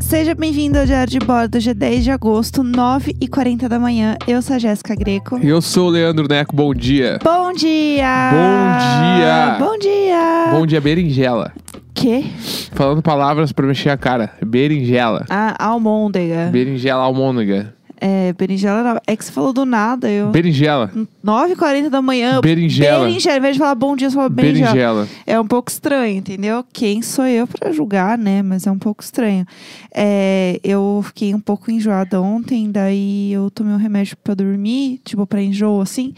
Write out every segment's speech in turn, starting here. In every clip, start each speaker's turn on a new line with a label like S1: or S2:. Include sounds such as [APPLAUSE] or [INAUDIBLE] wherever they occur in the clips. S1: Seja bem-vindo ao Diário de Bordo, dia 10 de agosto, 9h40 da manhã. Eu sou a Jéssica Greco.
S2: Eu sou o Leandro Neco, bom dia.
S1: Bom dia!
S2: Bom dia!
S1: Bom dia!
S2: Bom dia, berinjela.
S1: Quê?
S2: Falando palavras pra mexer a cara. Berinjela.
S1: Ah, almôndega.
S2: Berinjela almôndega.
S1: é, berinjela não. É que você falou do nada, eu...
S2: Berinjela.
S1: 9h40 da manhã...
S2: Berinjela.
S1: Berinjela. Em vez de falar bom dia, você fala berinjela.
S2: Berinjela.
S1: É um pouco estranho, entendeu? Quem sou eu pra julgar, né? Mas é um pouco estranho. É, eu fiquei um pouco enjoada ontem, daí eu tomei um remédio pra dormir, tipo pra enjoo, assim.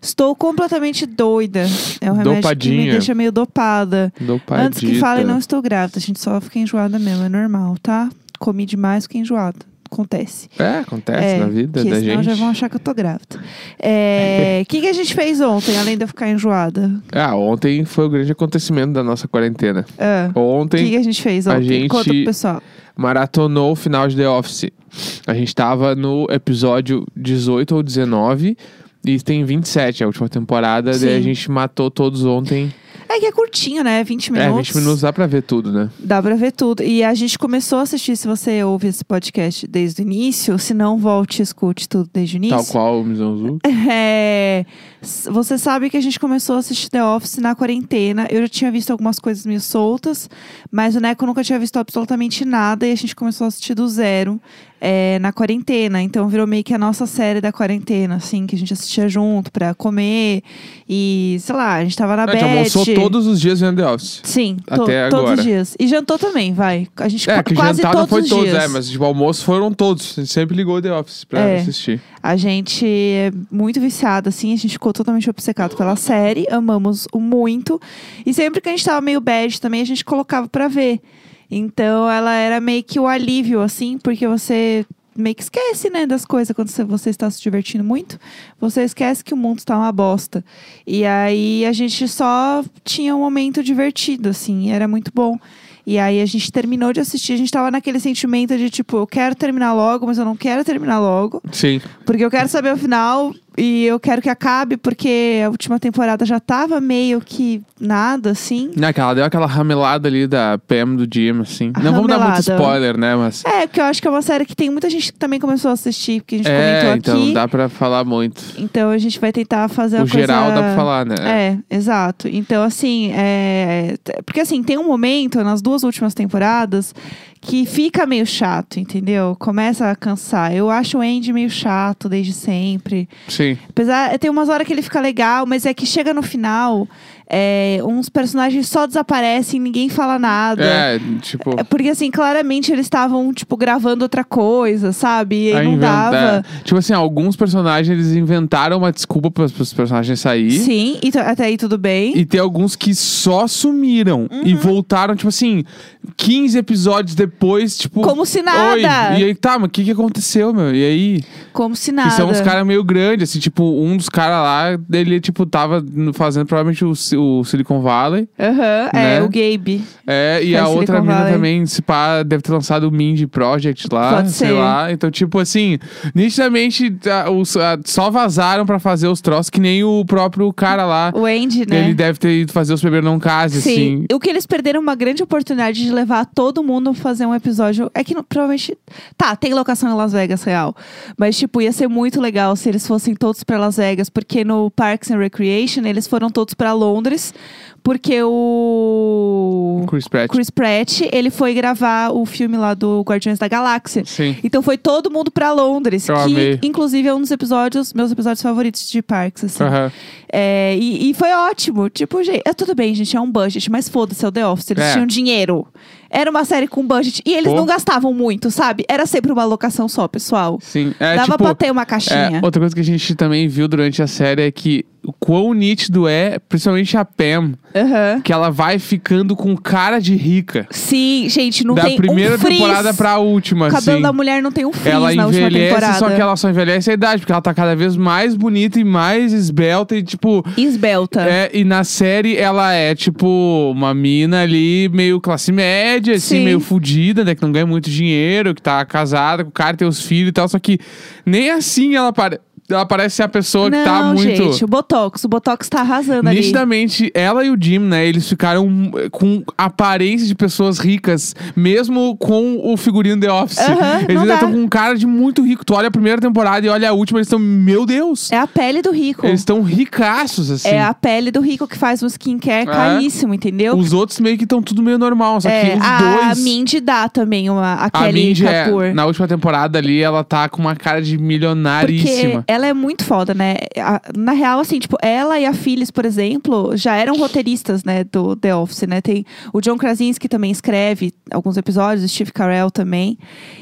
S1: Estou completamente doida. É um remédio que me
S2: Dopadinha.
S1: deixa meio dopada.
S2: Dopadita.
S1: Antes que falem, não estou grávida. A gente só fica enjoada mesmo, é normal, tá? Comi demais, fiquei enjoada. Acontece.
S2: É, acontece
S1: é,
S2: na vida
S1: que
S2: da
S1: senão
S2: gente.
S1: já vão achar que eu tô grávida.
S2: [LAUGHS]
S1: É, O que, que a gente fez ontem, além de eu ficar enjoada?
S2: Ah, ontem foi o grande acontecimento da nossa quarentena.
S1: Ah. O que,
S2: Ontem,
S1: que a gente fez
S2: a
S1: ontem?
S2: gente-
S1: Conta pro pessoal.
S2: maratonou o final de The Office. A gente tava no episódio 18 ou 19... E tem 27, a última temporada. Daí
S1: Sim.
S2: a gente matou todos ontem.
S1: É que é curtinho, né? 20
S2: É,
S1: minutos.
S2: 20 minutos dá pra ver tudo, né?
S1: Dá pra ver tudo. E a gente começou a assistir, se você ouve esse podcast desde o início, se não, volte e escute tudo desde o início.
S2: Tal qual o Mizanzu.
S1: [LAUGHS] É, s- você sabe que a gente começou a assistir The Office na quarentena. Eu já tinha visto algumas coisas meio soltas, mas o Neco nunca tinha visto absolutamente nada e a gente começou a assistir do zero é, na quarentena. Então virou meio que a nossa série da quarentena, assim, que a gente assistia junto pra comer e sei lá, a gente tava na
S2: A gente almoçou
S1: Beth.
S2: todos os dias vendo The Office.
S1: Sim, to-
S2: Até
S1: todos
S2: agora.
S1: os dias. E jantou também, vai. A gente
S2: É,
S1: qua-
S2: que
S1: quase
S2: jantar não
S1: todos
S2: foi
S1: os
S2: todos,
S1: dias.
S2: é, mas tipo, almoço foram todos. A gente sempre ligou The Office pra
S1: É.
S2: assistir.
S1: A gente é muito viciado, assim, a gente ficou totalmente obcecado pela série, amamos o muito. E sempre que a gente tava meio bad também, a gente colocava pra ver. Então ela era meio que o alívio, assim, porque você meio que esquece, né, das coisas quando você- você está se divertindo muito. Você esquece que o mundo está uma bosta. E aí a gente só tinha um momento divertido, assim, e era muito bom. E aí a gente terminou de assistir, a gente tava naquele sentimento de tipo, eu quero terminar logo, mas eu não quero terminar logo.
S2: Sim.
S1: Porque eu quero saber o final e eu quero que acabe, porque a última temporada já tava meio que nada, assim.
S2: Né, que ela deu aquela ramelada ali da PM do Jim, assim.
S1: A
S2: Não vamos dar
S1: ramelada.
S2: muito spoiler, né? Mas.
S1: É, porque eu acho que é uma série que tem muita gente que também começou a assistir, porque a gente
S2: É,
S1: comentou
S2: então
S1: aqui.
S2: dá pra falar muito.
S1: Então a gente vai tentar fazer
S2: O
S1: uma coisa...
S2: geral dá pra falar, né?
S1: É, exato. Então, assim, é... t- porque assim, tem um momento nas duas últimas temporadas que fica meio chato, entendeu? Começa a cansar. Eu acho o Andy meio chato desde sempre.
S2: Sim.
S1: Apesar, tem umas horas que ele fica legal, mas é que chega no final, é, uns personagens só desaparecem, ninguém fala nada.
S2: É, tipo.
S1: É Porque, assim, claramente eles estavam, tipo, gravando outra coisa, sabe? E aí
S2: a
S1: não
S2: inventar-
S1: dava.
S2: Tipo assim, alguns personagens eles inventaram uma desculpa para os personagens sair.
S1: Sim, e t- até aí tudo bem.
S2: E tem alguns que só sumiram e
S1: Uhum.
S2: voltaram, tipo assim, 15 episódios depois, tipo.
S1: Como se
S2: Oi.
S1: nada.
S2: E aí, tá, mas o que, que aconteceu, meu? E aí?
S1: Como se
S2: E são uns
S1: nada.
S2: caras meio grandes, assim, tipo, um dos caras lá, ele, tipo, tava no- fazendo provavelmente o, Si- o Silicon Valley.
S1: Aham, é,
S2: né?
S1: o Gabe.
S2: É, e
S1: Faz
S2: a outra
S1: Silicon
S2: mina
S1: Valley.
S2: também, se pá, deve ter lançado o Mindy Project lá,
S1: Pode
S2: sei
S1: ser.
S2: lá. Então, tipo assim, nitidamente, tá, os- ah, só vazaram pra fazer os troços, que nem o próprio cara lá.
S1: O Andy, né?
S2: Ele deve ter ido fazer os bebês não case, assim.
S1: O que eles perderam uma grande oportunidade de levar todo mundo a fazer um episódio. É que não- provavelmente. Tá, tem locação em Las Vegas real. Mas, tipo, ia ser muito legal se eles fossem todos pra Las Vegas, porque no Parks and Recreation eles foram todos pra Londres, porque o.
S2: Chris Pratt.
S1: Chris Pratt, ele foi gravar o filme lá do Guardiões da Galáxia.
S2: Sim.
S1: Então foi todo mundo pra Londres,
S2: Eu
S1: que
S2: amei.
S1: inclusive é um dos episódios, meus episódios favoritos de Parks, assim.
S2: Aham.
S1: É, e, e foi ótimo. Tipo, gente, é, tudo bem, gente, é um budget, mas foda-se, é o The Office. Eles
S2: É.
S1: tinham dinheiro. Era uma série com budget. E eles
S2: Pô.
S1: não gastavam muito, sabe? Era sempre uma locação só, pessoal.
S2: Sim. É,
S1: Dava
S2: tipo,
S1: pra ter uma caixinha.
S2: É, outra coisa que a gente também viu durante a série é que o quão nítido é, principalmente a Pam,
S1: Aham.
S2: que ela vai ficando com cara de rica.
S1: Sim, gente, não
S2: da
S1: tem
S2: primeira
S1: um frizz.
S2: temporada pra última,
S1: O cabelo
S2: assim.
S1: da mulher não tem um frizz
S2: ela
S1: na última
S2: envelhece,
S1: temporada.
S2: só que ela só envelhece a idade, porque ela tá cada vez mais bonita e mais esbelta e, tipo.
S1: Esbelta.
S2: É, e na série ela é, tipo, uma mina ali, meio classe média, assim,
S1: Sim.
S2: meio fudida, né? Que não ganha muito dinheiro, que tá casada com o cara, tem os filhos e tal. Só que nem assim ela parece ela parece ser a pessoa
S1: não,
S2: que tá muito.
S1: gente, o Botox. O Botox tá arrasando ali.
S2: Nitidamente, ela e o Jim, né? Eles ficaram eh, com aparência de pessoas ricas, mesmo com o figurino The Office.
S1: Aham,
S2: eles
S1: não
S2: ainda
S1: dá.
S2: estão com um cara de muito rico. Tu olha a primeira temporada e olha a última, eles estão, meu Deus!
S1: É a pele do rico.
S2: Eles estão ricaços, assim.
S1: É a pele do rico que faz um skincare
S2: É.
S1: caríssimo, entendeu?
S2: Os outros meio que estão tudo meio normal, só
S1: É,
S2: que os
S1: a
S2: dois.
S1: Mindy dá também uma, a
S2: a
S1: Kelly
S2: Mindy, é,
S1: Kapoor.
S2: na última temporada ali, ela tá com uma cara de
S1: Porque
S2: milionaríssima.
S1: ela é muito foda, né? A- Na real, assim, tipo, ela e a Phyllis, por exemplo, já eram roteiristas, né, do The Office, né? Tem o John Krasinski também escreve alguns episódios, o Steve Carell também.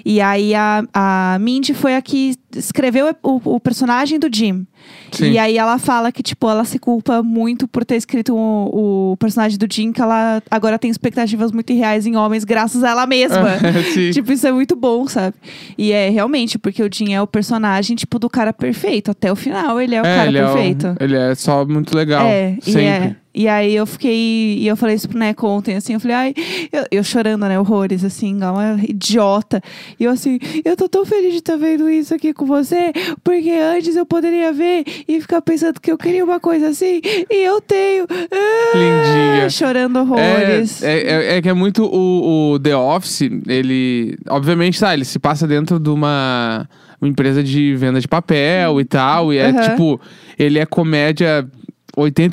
S1: E aí a, a Mindy foi a que escreveu o, o personagem do Jim.
S2: Sim.
S1: E aí ela fala que, tipo, ela se culpa muito por ter escrito o, o personagem do Jim, que ela agora tem expectativas muito reais em homens, graças a ela mesma.
S2: [LAUGHS] Sim.
S1: Tipo, isso é muito bom, sabe? E é realmente, porque o Jim é o personagem, tipo, do cara perfeito. Até o final, ele é o cara
S2: ele
S1: perfeito.
S2: É um- ele é só muito legal.
S1: É, e
S2: sempre.
S1: é. E aí eu fiquei. E eu falei isso pro Neco ontem, assim, eu falei, ai, eu, eu chorando, né? Horrores, assim, igual uma idiota. E eu assim, eu tô tão feliz de estar vendo isso aqui com você, porque antes eu poderia ver e ficar pensando que eu queria uma coisa assim, e eu tenho. Ah,
S2: Lindinha.
S1: Chorando horrores.
S2: É, é, é- é que é muito o, o The Office, ele. Obviamente, tá, ele se passa dentro de uma, uma empresa de venda de papel e tal. E é
S1: Aham.
S2: tipo, ele é comédia.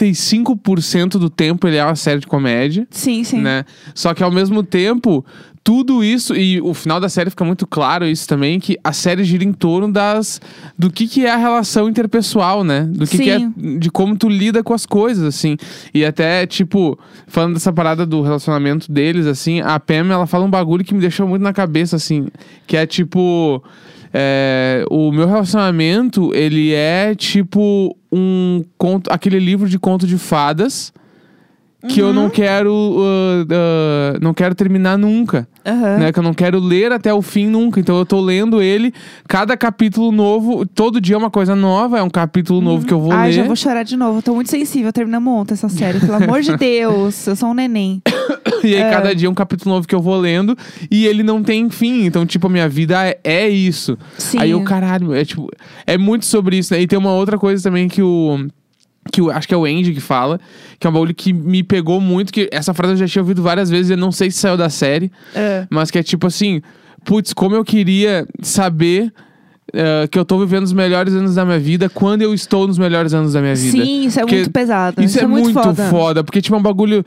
S2: 85% do tempo ele é uma série de comédia,
S1: Sim, sim.
S2: né? Só que ao mesmo tempo, tudo isso, e o final da série fica muito claro isso também, que a série gira em torno das. do que, que é a relação interpessoal, né? Do que, que é
S1: Sim.
S2: de como tu lida com as coisas, assim. E até, tipo, falando dessa parada do relacionamento deles, assim, a Pam, ela fala um bagulho que me deixou muito na cabeça, assim, que é tipo. é, o meu relacionamento, ele é tipo um conto, aquele livro de conto de fadas que eu não quero uh, uh, não quero terminar nunca,
S1: Aham.
S2: né? Que eu não quero ler até o fim nunca. Então eu tô lendo ele, cada capítulo novo, todo dia é uma coisa nova, é um capítulo novo que eu vou
S1: Uhum. Ai,
S2: ler.
S1: já
S2: [LAUGHS]
S1: vou chorar de novo. Eu tô muito sensível. Terminamos ontem essa série. Pelo amor de Deus. Eu sou um
S2: [COUGHS]
S1: neném.
S2: E aí, cada dia é um capítulo novo que eu vou lendo. E ele não tem fim. Então, tipo, a minha vida é, é isso.
S1: Sim.
S2: Aí eu, caralho, é tipo. É muito sobre isso, né? E tem uma outra coisa também que o. Que o- acho que é o Andy que fala, que é um bagulho que me pegou muito, que essa frase eu já tinha ouvido várias vezes, eu não sei se saiu da série,
S1: É.
S2: mas que é tipo assim: putz, como eu queria saber eh, que eu tô vivendo os melhores anos da minha vida quando eu estou nos melhores anos da minha vida.
S1: Sim, isso é
S2: Porque
S1: muito pesado.
S2: Isso, é, muito foda.
S1: foda.
S2: porque tipo, é um bagulho.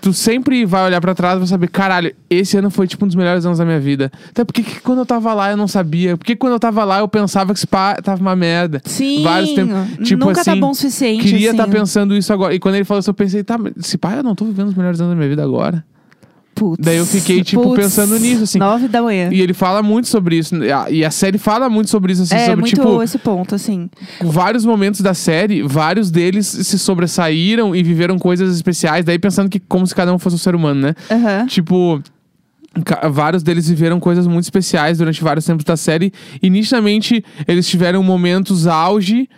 S2: Tu sempre vai olhar pra trás e vai saber, caralho, esse ano foi tipo um dos melhores anos da minha vida. Até porque que quando eu tava lá eu não sabia. Porque quando eu tava lá eu pensava que esse pá tava uma merda.
S1: Sim.
S2: Vários tempos. Tipo
S1: Nunca tá
S2: assim,
S1: bom o suficiente.
S2: Queria
S1: assim.
S2: estar pensando isso agora. E quando ele falou isso, eu pensei, tá, mas esse pá eu não tô vivendo os melhores anos da minha vida agora.
S1: Putz,
S2: Daí eu fiquei, tipo,
S1: putz,
S2: pensando nisso, assim.
S1: Nove da manhã.
S2: E ele fala muito sobre isso. E a- E a série fala muito sobre isso, assim,
S1: é
S2: sobre
S1: muito
S2: tipo.
S1: esse ponto, assim.
S2: vários momentos da série, vários deles se sobressaíram e viveram coisas especiais, daí pensando que como se cada um fosse um ser humano, né?
S1: Aham.
S2: Tipo, ca- vários deles viveram coisas muito especiais durante vários tempos da série e nitidamente eles tiveram momentos auge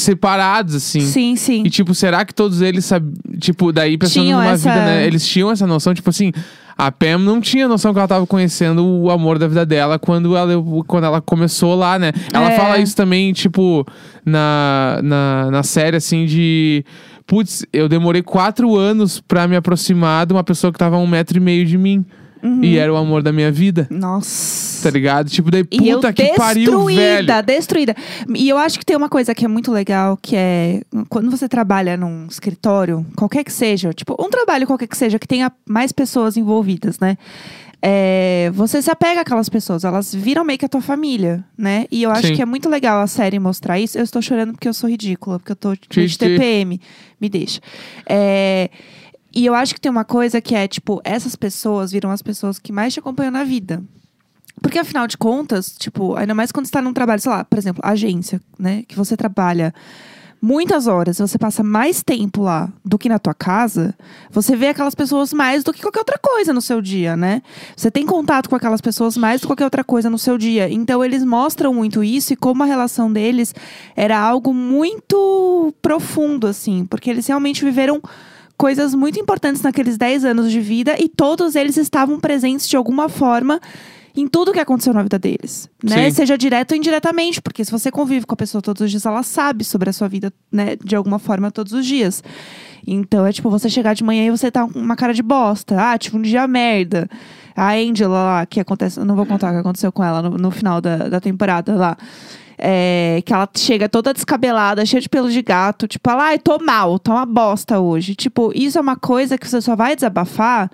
S2: separados assim.
S1: Sim, sim.
S2: E tipo, será que todos eles sab... tipo, daí pensando
S1: Tinham
S2: numa
S1: essa-
S2: vida, né? Eles tinham essa noção, tipo assim, a Pam não tinha noção que ela tava conhecendo o amor da vida dela quando ela, quando ela começou lá, né? Ela
S1: É.
S2: fala isso também, tipo, na, na, na série, assim, de. Putz, eu demorei quatro anos pra me aproximar de uma pessoa que tava a um metro e meio de mim.
S1: Uhum.
S2: E era o amor da minha vida. Tá
S1: Nossa.
S2: ligado? Tipo, daí,
S1: E eu
S2: puta que
S1: destruída,
S2: pariu, velho.
S1: destruída. E eu acho que tem uma coisa que é muito legal, que é quando você trabalha num escritório, qualquer que seja, tipo, um trabalho qualquer que seja, que tenha mais pessoas envolvidas, né? É, você se apega àquelas pessoas, elas viram meio que a tua família, né? E eu acho
S2: Sim.
S1: que é muito legal a série mostrar isso. Eu estou chorando porque eu sou ridícula, porque eu tô de
S2: Titi.
S1: TPM. Me deixa. É, e eu acho que tem uma coisa que é, tipo, essas pessoas viram as pessoas que mais te acompanham na vida. Porque, afinal de contas, tipo, ainda mais quando você tá num trabalho, sei lá, por exemplo, agência, né? Que você trabalha muitas horas, você passa mais tempo lá do que na tua casa, você vê aquelas pessoas mais do que qualquer outra coisa no seu dia, né? Você tem contato com aquelas pessoas mais do que qualquer outra coisa no seu dia. Então, eles mostram muito isso e como a relação deles era algo muito profundo, assim. Porque eles realmente viveram coisas muito importantes naqueles 10 anos de vida e todos eles estavam presentes de alguma forma em tudo que aconteceu na vida deles, né?
S2: Sim.
S1: Seja direto ou indiretamente, porque se você convive com a pessoa todos os dias, ela sabe sobre a sua vida, né, de alguma forma todos os dias. Então é tipo você chegar de manhã e você tá com uma cara de bosta. Ah, tipo um dia merda. A Angela lá, que acontece, eu não vou contar o que aconteceu com ela no, no final da, da temporada lá. É, que ela chega toda descabelada, cheia de pelo de gato, tipo, ela, ai, tô mal, tá uma bosta hoje. Tipo, isso é uma coisa que você só vai desabafar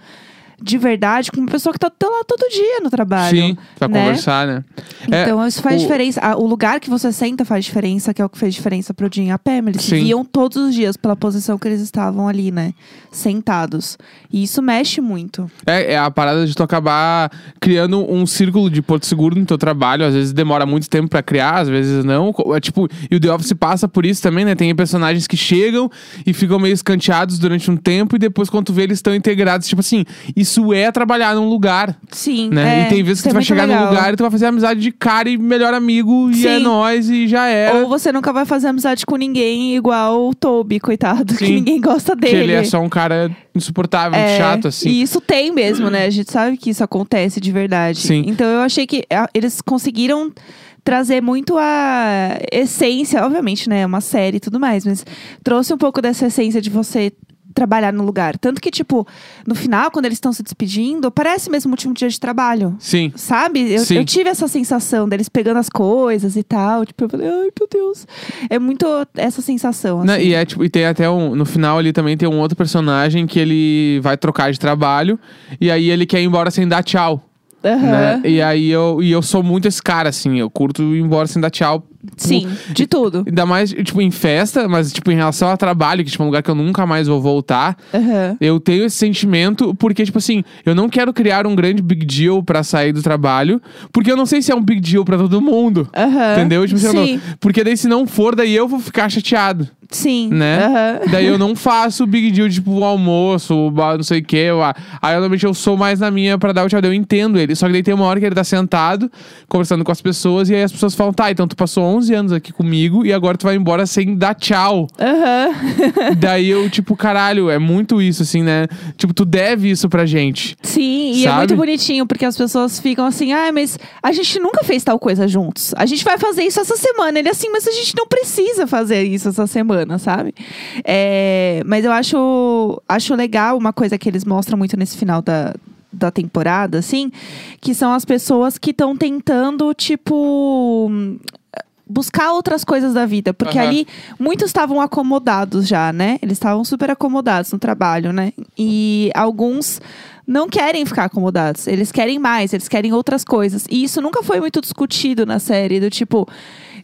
S1: de verdade com uma pessoa que tá do teu lado todo dia no trabalho.
S2: Sim, pra
S1: né?
S2: conversar, né? É,
S1: Então isso faz
S2: o-
S1: diferença. Ah, O lugar que você senta faz diferença, que é o que fez diferença pro Jim e a Pam. Eles se
S2: Sim.
S1: viam todos os dias pela posição que eles estavam ali, né? Sentados. E isso mexe muito.
S2: É, é a parada de tu acabar criando um círculo de porto seguro no teu trabalho. Às vezes demora muito tempo pra criar, às vezes não. Co- É tipo, e o The Office passa por isso também, né? Tem personagens que chegam e ficam meio escanteados durante um tempo e depois quando tu vê eles estão integrados. Tipo assim, isso é trabalhar num lugar,
S1: Sim. é,
S2: né? e tem vezes
S1: isso
S2: que
S1: é
S2: tu vai
S1: muito
S2: chegar num
S1: legal.
S2: lugar e tu vai fazer amizade de cara e melhor amigo e
S1: Sim.
S2: é nóis e já era.
S1: Ou você nunca vai fazer amizade com ninguém igual o Toby, coitado, que
S2: Sim.
S1: ninguém gosta dele.
S2: Que ele é só um cara insuportável,
S1: É,
S2: chato, assim.
S1: E isso tem mesmo, né? A gente sabe que isso acontece de verdade.
S2: Sim.
S1: Então eu achei que ah, eles conseguiram trazer muito a essência, obviamente, né? É uma série e tudo mais, mas trouxe um pouco dessa essência de você trabalhar no lugar. Tanto que, tipo, no final, quando eles estão se despedindo, parece mesmo o último dia de trabalho.
S2: Sim.
S1: Sabe? Eu,
S2: Sim.
S1: eu tive essa sensação deles pegando as coisas e tal. Tipo, eu falei, ai, meu Deus. É muito essa sensação.
S2: Não,
S1: assim.
S2: e, é, tipo, e tem até um. No final ali também tem um outro personagem que ele vai trocar de trabalho e aí ele quer ir embora sem dar tchau.
S1: Aham.
S2: Né? E aí eu, e eu sou muito esse cara, assim. Eu curto ir embora sem dar tchau.
S1: Sim, de tudo.
S2: Ainda mais, tipo, em festa, mas, tipo, em relação ao trabalho, que tipo, é um lugar que eu nunca mais vou voltar.
S1: Aham.
S2: Eu tenho esse sentimento porque, tipo assim, eu não quero criar um grande big deal pra sair do trabalho, porque eu não sei se é um big deal pra todo mundo.
S1: Aham.
S2: Entendeu? Tipo, se eu não-
S1: sim,
S2: porque daí, se não for, daí eu vou ficar chateado.
S1: sim.
S2: né?
S1: Aham.
S2: Daí eu não faço o big deal, tipo, o almoço, o ba- não sei o quê. o a- Aí, normalmente, eu sou mais na minha pra dar o tchau. Daí eu entendo ele. Só que daí tem uma hora que ele tá sentado, conversando com as pessoas, e aí as pessoas falam, tá, então tu passou 11 anos aqui comigo e agora tu vai embora sem dar [LAUGHS] tchau.
S1: Aham.
S2: daí eu, tipo, caralho, é muito isso, assim, né? Tipo, tu deve isso pra gente.
S1: Sim, e é
S2: Sabe?
S1: muito bonitinho, porque as pessoas ficam assim, ah, mas a gente nunca fez tal coisa juntos. A gente vai fazer isso essa semana. Ele assim, mas a gente não precisa fazer isso essa semana, sabe? É, mas eu acho, acho legal uma coisa que eles mostram muito nesse final da, da temporada, assim, que são as pessoas que estão tentando, tipo. hum, Buscar outras coisas da vida, porque
S2: Aham.
S1: ali muitos estavam acomodados já, né? Eles estavam super acomodados no trabalho, né? E alguns não querem ficar acomodados. Eles querem mais, eles querem outras coisas. E isso nunca foi muito discutido na série, do tipo.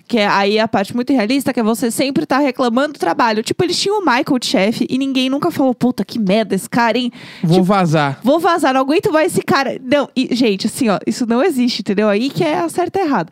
S1: Que é aí a parte muito realista, que é você sempre tá reclamando do trabalho. Tipo, eles tinham o Michael de chefe e ninguém nunca falou, puta, que merda esse cara, hein?
S2: Vou vazar.
S1: Vou vazar, não aguento mais esse cara. Não, e, gente, assim, ó, isso não existe, entendeu? Aí que é acerta e errado.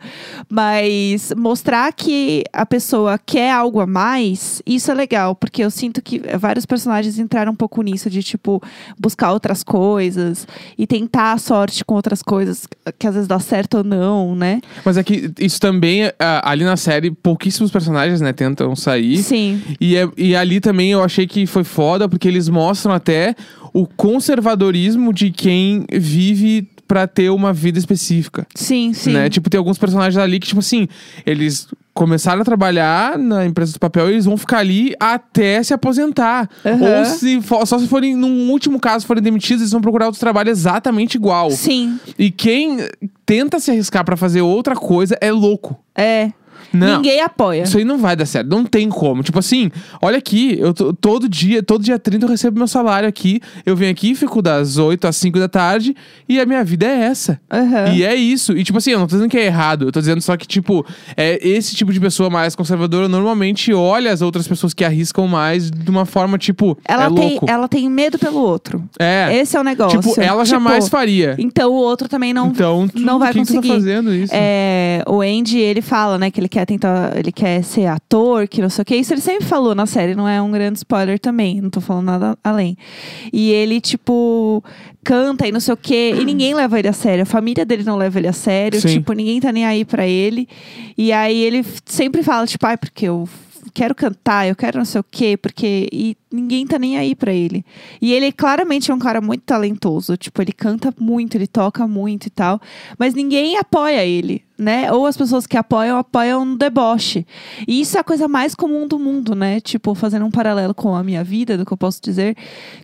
S1: Mas mostrar que a pessoa quer algo a mais, isso é legal, porque eu sinto que vários personagens entraram um pouco nisso, de tipo, buscar outras coisas e tentar a sorte com outras coisas, que às vezes dá certo ou não, né?
S2: Mas é que isso também, ah, ali na série, pouquíssimos personagens, né, tentam sair.
S1: Sim.
S2: E, é- e ali também eu achei que foi foda, porque eles mostram até o conservadorismo de quem vive pra ter uma vida específica.
S1: Sim, sim.
S2: Né? Tipo, tem alguns personagens ali que, tipo assim, eles começaram a trabalhar na empresa do papel e eles vão ficar ali até se aposentar.
S1: Aham.
S2: Ou se for- só se forem, num último caso, forem demitidos, eles vão procurar outro trabalho exatamente igual.
S1: Sim.
S2: E quem tenta se arriscar pra fazer outra coisa é louco.
S1: É.
S2: Não.
S1: Ninguém apoia.
S2: Isso aí não vai dar certo, não tem como. Tipo assim, olha aqui, eu tô- todo dia, todo dia 30 eu recebo meu salário aqui, eu venho aqui, fico das 8 às 5 da tarde e a minha vida é essa.
S1: Aham.
S2: E é isso. E tipo assim, eu não tô dizendo que é errado, eu tô dizendo só que, tipo, é esse tipo de pessoa mais conservadora normalmente olha as outras pessoas que arriscam mais de uma forma, tipo,
S1: Ela,
S2: é
S1: tem,
S2: louco.
S1: ela tem medo pelo outro.
S2: É.
S1: Esse é o negócio.
S2: tipo, ela jamais
S1: Tipo,
S2: faria.
S1: Então o outro também não
S2: É. então, tu-
S1: não vai
S2: por que que tu tá
S1: conseguir.
S2: fazendo isso?
S1: É, o Andy, ele fala, né, que ele quer tentar, ele quer ser ator, que não sei o que. Isso ele sempre falou na série, não é um grande spoiler também, não tô falando nada além. E ele, tipo, canta e não sei o que, e ninguém leva ele a sério. A família dele não leva ele a sério,
S2: Sim.
S1: tipo, ninguém tá nem aí pra ele. E aí ele f- sempre fala, tipo, ai, porque eu quero cantar, eu quero não sei o quê, porque. E ninguém tá nem aí pra ele. E ele claramente é um cara muito talentoso. Tipo, ele canta muito, ele toca muito e tal. Mas ninguém apoia ele, né? Ou as pessoas que apoiam, apoiam no deboche. E isso é a coisa mais comum do mundo, né? Tipo, fazendo um paralelo com a minha vida, do que eu posso dizer.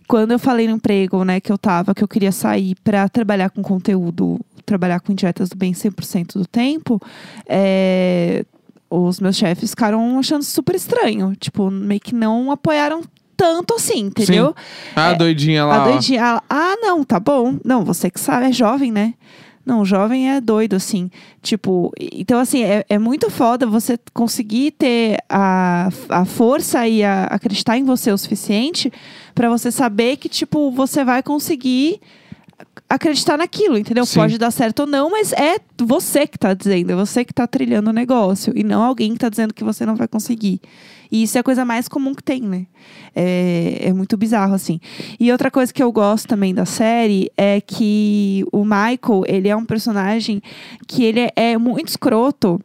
S1: Quando eu falei no emprego, né, que eu tava, que eu queria sair pra trabalhar com conteúdo, trabalhar com dietas do bem 100% do tempo, é, os meus chefes ficaram achando super estranho. Tipo, meio que não apoiaram tanto assim, entendeu?
S2: Ah, doidinha lá.
S1: A
S2: ó.
S1: doidinha, ela, ah, não, tá bom. Não, você que sabe, é jovem, né? Não, jovem é doido, assim. Tipo, e- então, assim, é, é muito foda você conseguir ter a, a força e a, acreditar em você o suficiente pra você saber que, tipo, você vai conseguir acreditar naquilo, entendeu?
S2: Sim.
S1: Pode dar certo ou não, mas é você que tá dizendo, é você que tá trilhando o negócio e não alguém que tá dizendo que você não vai conseguir. E isso é a coisa mais comum que tem, né? É, é muito bizarro, assim. E outra coisa que eu gosto também da série é que o Michael, ele é um personagem que ele é- é muito escroto.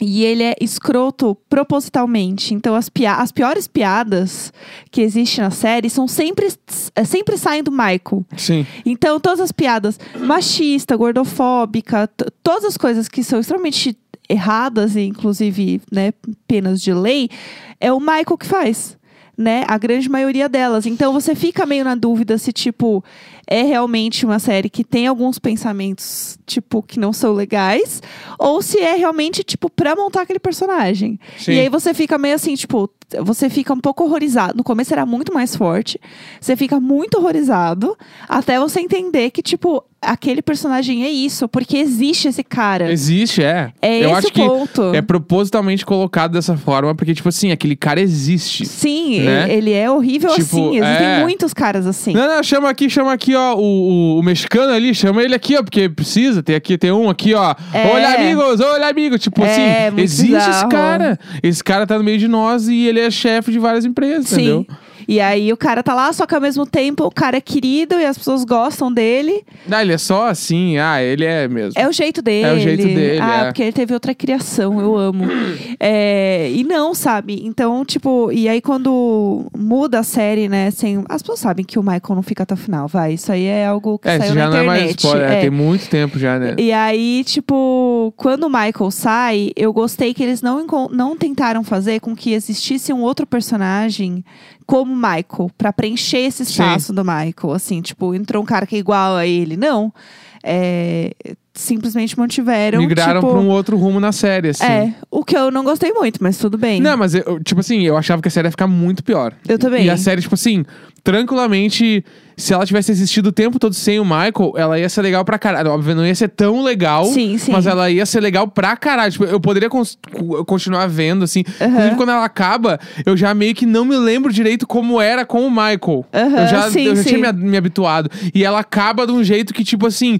S1: E ele é escroto propositalmente. Então, as, pia as piores piadas que existem na série são sempre, é, sempre saem do Michael.
S2: Sim.
S1: Então, todas as piadas machista, gordofóbica, t- todas as coisas que são extremamente erradas e, inclusive, né, penas de lei, é o Michael que faz. Né? A grande maioria delas. Então você fica meio na dúvida se, tipo, é realmente uma série que tem alguns pensamentos, tipo, que não são legais, ou se é realmente, tipo, pra montar aquele personagem.
S2: Sim.
S1: E aí você fica meio assim, tipo, você fica um pouco horrorizado. No começo era muito mais forte. Você fica muito horrorizado até você entender que, tipo, aquele personagem é isso, porque existe esse cara.
S2: Existe, é.
S1: É
S2: Eu
S1: esse
S2: acho
S1: o ponto.
S2: que é propositalmente colocado dessa forma, porque, tipo assim, aquele cara existe.
S1: Sim,
S2: né?
S1: ele, ele é horrível
S2: Tipo,
S1: assim. Existem
S2: é.
S1: muitos caras assim.
S2: Não, não, chama aqui, chama aqui, ó, o, o, o mexicano ali, chama ele aqui, ó, porque precisa, tem aqui, tem um aqui, ó.
S1: É.
S2: Olha, amigos, olha, amigo. Tipo
S1: É,
S2: assim,
S1: muito
S2: existe esse
S1: bizarro.
S2: cara. Esse cara tá no meio de nós e ele é chefe de várias empresas, entendeu?
S1: E aí o cara tá lá, só que ao mesmo tempo o cara é querido e as pessoas gostam dele.
S2: Ah, ele é só assim, ah, ele é mesmo.
S1: É o jeito dele.
S2: É o jeito dele,
S1: Ah,
S2: é.
S1: porque ele teve outra criação, eu amo. É, e não, sabe? Então, tipo, e aí quando muda a série, né? Sem, as pessoas sabem que o Michael não fica até o final, vai. Isso aí é algo que
S2: É,
S1: saiu
S2: isso já
S1: na
S2: não é
S1: internet.
S2: mais spoiler, é,
S1: É.
S2: tem muito tempo já, né?
S1: E aí, tipo, quando o Michael sai, eu gostei que eles não, encon- não tentaram fazer com que existisse um outro personagem como Michael, pra preencher esse espaço do Michael. Assim, tipo, entrou um cara que é igual a ele. Não. É, simplesmente mantiveram.
S2: Migraram
S1: tipo,
S2: pra um outro rumo na série, assim.
S1: É, o que eu não gostei muito, mas tudo bem.
S2: Não, mas, eu, tipo assim, eu achava que a série ia ficar muito pior.
S1: Eu também.
S2: E a série, tipo assim, tranquilamente, se ela tivesse existido o tempo todo sem o Michael, ela ia ser legal pra caralho. Óbvio, não ia ser tão legal,
S1: Sim, sim.
S2: mas é ela ia ser legal pra caralho. Tipo, eu poderia cons- cu- continuar vendo, assim. Inclusive, quando ela acaba, eu já meio que não me lembro direito como era com o Michael.
S1: Aham,
S2: eu já,
S1: sim,
S2: eu já
S1: sim.
S2: tinha me, a- me habituado. E ela acaba de um jeito que, tipo assim.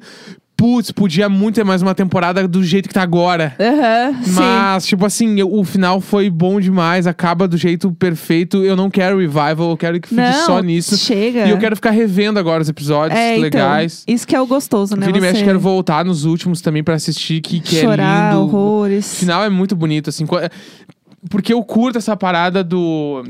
S2: Putz, podia muito ter mais uma temporada do jeito que tá agora.
S1: Aham, sim.
S2: Mas, tipo assim, eu- o final foi bom demais, acaba do jeito perfeito. Eu não quero revival, eu quero que fique
S1: Não,
S2: só nisso.
S1: chega.
S2: E eu quero ficar revendo agora os episódios
S1: é, então,
S2: legais.
S1: isso que é o gostoso, né?
S2: Vira e mexe,
S1: Você
S2: quero voltar nos últimos também pra assistir, que, que é
S1: chorar,
S2: lindo. O
S1: horrores.
S2: final é muito bonito, assim. co- Porque eu curto essa parada do.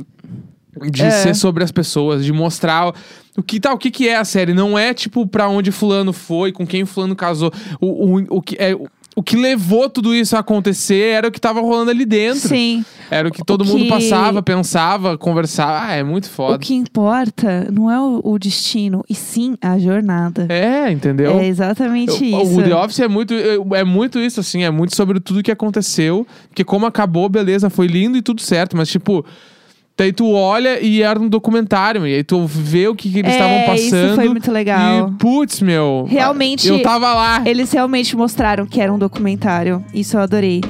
S2: De
S1: É.
S2: ser sobre as pessoas, de mostrar o- o que tá, o que, que é a série. Não é tipo pra onde fulano foi, com quem fulano casou. O, o, o que é. o- O que levou tudo isso a acontecer era o que tava rolando ali dentro.
S1: Sim.
S2: Era o que todo
S1: O
S2: mundo
S1: que-
S2: passava, pensava, conversava. Ah, é muito
S1: O
S2: foda.
S1: que importa não é o, o destino, e sim a jornada.
S2: É, entendeu?
S1: É exatamente
S2: Eu-
S1: isso.
S2: O The Office é muito, é muito isso, assim, é muito sobre tudo que aconteceu. Porque como acabou, beleza, foi lindo e tudo certo, mas tipo. Daí tu olha e era um documentário, e aí tu vê o que, que eles
S1: É,
S2: estavam
S1: isso
S2: passando.
S1: foi muito legal.
S2: E, putz, meu.
S1: Realmente-
S2: Eu tava lá.
S1: Eles realmente mostraram que era um documentário. Isso eu adorei.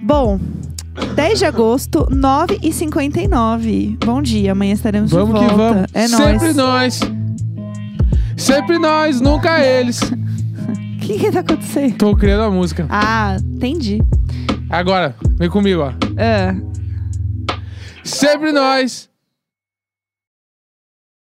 S1: Bom, 10 de agosto, 9h59. Bom dia, amanhã estaremos
S2: Vamos
S1: de
S2: que
S1: volta.
S2: vamos.
S1: É nóis.
S2: Sempre nós. Sempre nós, nunca eles.
S1: O que que tá acontecendo?
S2: Tô criando a música.
S1: Ah, entendi.
S2: Agora, vem comigo, ó.
S1: Ah.
S2: Sempre nós.